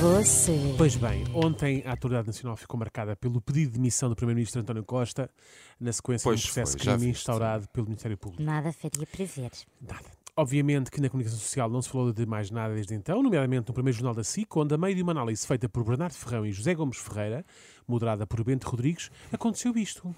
Você. Pois bem, ontem a Autoridade Nacional ficou marcada pelo pedido de demissão do Primeiro-Ministro António Costa, na sequência Pois de um processo foi, de já crime vi. instaurado pelo Ministério Público. Nada faria prever. Nada. Obviamente que na comunicação social não se falou de mais nada desde então, nomeadamente no primeiro jornal da SIC, onde, a meio de uma análise feita por Bernardo Ferrão e José Gomes Ferreira, moderada por Bento Rodrigues, aconteceu isto.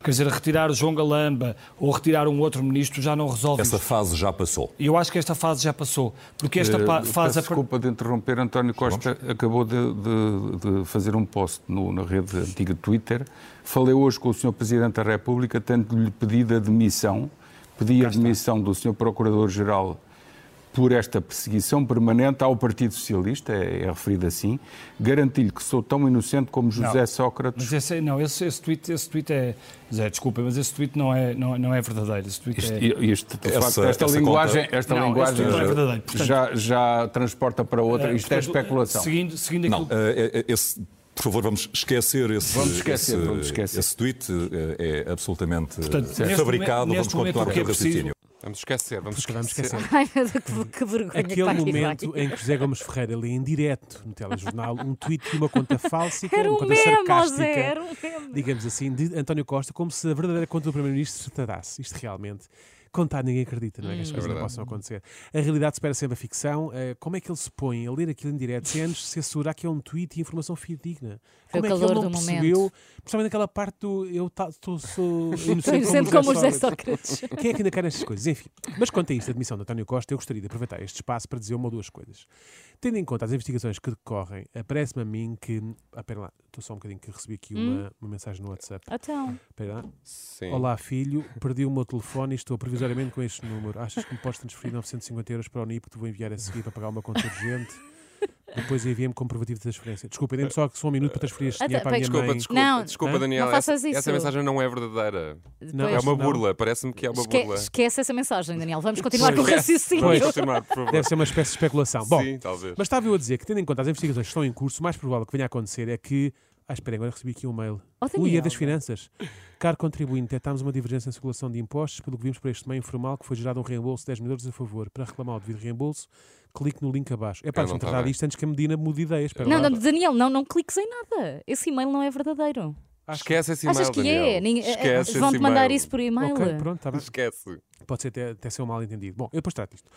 Quer dizer, retirar o João Galamba ou retirar um outro ministro já não resolve. Essa isto. fase já passou. E Eu acho que esta fase já passou. Porque esta Eh, pa- peço fase. a par- Desculpa de interromper, António Costa acabou de, de- de fazer um post no- na rede antiga Twitter. Falei hoje com o Sr. Presidente da República, tendo-lhe pedido a demissão. Pedi a demissão do Sr. Procurador-Geral por esta perseguição permanente ao Partido Socialista, é, é referido assim. Garanti-lhe que sou tão inocente como José Sócrates. Mas esse, não, esse, esse, tweet, esse tweet é. Zé, desculpa, mas esse tweet não é, não, não é verdadeiro. Esse tweet Isto- é. isto, de Essa- facto, esta essa linguagem, conta- esta Não, linguagem isto não é verdadeiro, portanto- já, já transporta para outra. eh, isto é portanto, especulação. Seguindo, seguindo Não, aquilo. eh, eh, esse- por favor, vamos esquecer esse, Vamos esquecer, esse, vamos esquecer. esse tweet. eh, É absolutamente eh, Portanto, neste fabricado. momento- vamos neste momento continuar o com o que é preciso- raciocínio. Vamos esquecer, vamos esquecer. Vamos esquecer. Ai, meu Deus, que, que vergonha que Aquele passa momento aqui. em que José Gomes Ferreira lê em direto no telejornal um tweet de uma conta falsica, Era uma um conta meme, ó sarcástica, Zé, era um meme. digamos assim, de António Costa, como se a verdadeira conta do Primeiro-Ministro se tratasse. Isto realmente. Contar ninguém acredita, não é? Que as Hum. coisas não possam acontecer. A realidade supera sempre a ficção. Eh, Como é que ele se põe a ler aquilo em direto sem antes se assegurar que é um tweet e informação fidedigna? Foi o Como é que calor ele não do momento. percebeu, principalmente aquela parte do eu ta- tô- sou Estou inocente como o José Sócrates. quem é que ainda cai nestas coisas? Enfim, mas quanto a isto, a admissão de António Costa, eu gostaria de aproveitar este espaço para dizer uma ou duas coisas. Tendo em conta as investigações que decorrem, parece-me a mim que. Ah, pera lá, estou só um bocadinho que recebi aqui uma, uma mensagem no WhatsApp. Então, Pera lá. Sim. Olá, filho, perdi o meu telefone e estou provisoriamente com este número. Achas que me podes transferir 950 euros para a Unip que te vou enviar a seguir para pagar uma conta urgente? Depois envia-me comprovativo de transferência. Desculpa, dê-me só, só um minuto para transferir este Ah, dinheiro tá, para a minha bem, mãe. Desculpa, desculpa, Não, desculpa não Daniel. faças essa, isso. essa mensagem não é verdadeira. Não, É depois... uma não. burla, parece-me que é uma Esque- burla. Esquece essa mensagem, Daniel. Vamos continuar com o Vamos raciocínio. continuar, por favor. Deve ser uma espécie de especulação. Bom, Sim, talvez. Mas estava eu a dizer que, tendo em conta as investigações que estão em curso, o mais provável que venha a acontecer é que. Ah, espera, agora recebi aqui um mail. Oh, Daniel. Ui, é das finanças. Caro contribuinte, detectámos uma divergência na circulação de impostos, pelo que vimos por este meio informal que foi gerado um reembolso de 10 mil euros a favor. Para reclamar o devido reembolso, clique no link abaixo. É para Eu não não tratar estava. disto antes que a Medina mude ideias. Espera Não, lá. não, Daniel, não, não cliques em nada. Esse e-mail não é verdadeiro. Esquece esse e-mail, Achas que Daniel. é? Ninguém- Esquece Vão-te esse mandar e-mail. isso por e-mail. Ok, pronto, está bem. Esquece. Pode ser até, até ser um mal entendido. Bom, eu depois trato isto.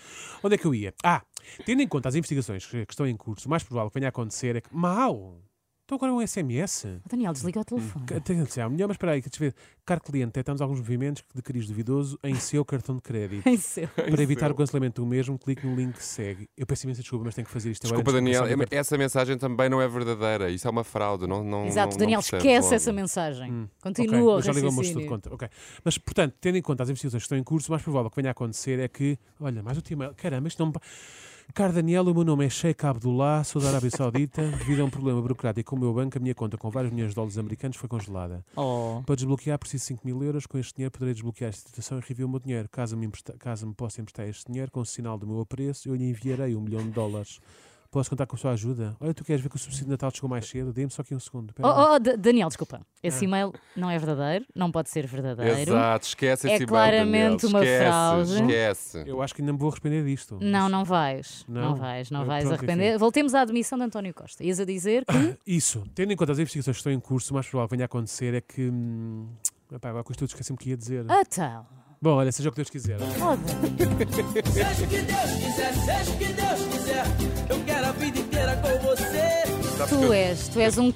Onde é que eu ia? Ah, tendo em conta as investigações que que estão em curso, o mais provável que venha a acontecer é que. Mau! Então agora é um SMS? Oh, Daniel, desliga o Hum. telefone. Atenção, melhor, mas espera aí, que deixa eu ver. Caro cliente, detectamos alguns movimentos de cariz duvidoso em seu cartão de crédito. Em seu. Para é evitar o cancelamento do mesmo, clique no link que segue. Eu peço imensa desculpa, mas tenho que fazer isto agora. Desculpa, antes de Daniel. é começar a minha- Essa mensagem também não é verdadeira. Isso é uma fraude. Não, não, não- Exato, não Daniel, percebo esquece logo. essa mensagem. Hum, Ok, Continua o eu já ligo ao meu estudo de raciocínio. conta. Ok. Mas, portanto, tendo em conta as investigações que estão em curso, o mais provável que venha a acontecer é que. Olha, mais o e-mail. Caramba, isto não. me pa- Caro Daniel, o meu nome é Sheikh Abdullah, sou da Arábia Saudita. Devido a um problema burocrático com o meu banco, a minha conta com vários milhões de dólares americanos foi congelada. Oh. Para desbloquear, preciso de 5 mil euros. Com este dinheiro, poderei desbloquear esta situação e rever o meu dinheiro. Caso me, empresta- caso me possa emprestar este dinheiro, com o sinal do meu apreço, eu lhe enviarei um milhão de dólares. Posso contar com a sua ajuda? Olha, tu queres ver que o subsídio de Natal chegou mais cedo? Dê-me só aqui um segundo. Espera Oh, lá. oh, D- Daniel, desculpa. Esse Ah. e-mail não é verdadeiro, não pode ser verdadeiro. Exato, esquece É esse e-mail, claramente Daniel. uma esquece, fraude. Esquece. Eu acho que ainda me vou arrepender disto. Não, não vais. Não, Não? vais, não Eh, vais pronto, arrepender. enfim. Voltemos à admissão de António Costa. Ias a dizer que. Isso. Tendo em conta as investigações que estão em curso, o mais provável que venha a acontecer é que. Hum... Epá, agora com isto tudo esqueci-me o que ia dizer. Ah, tal. Bom, olha, seja o que Deus quiser. Seja o que Deus quiser, seja o que Deus quiser, eu quero a vida inteira com você. Tu és, tu és um crente.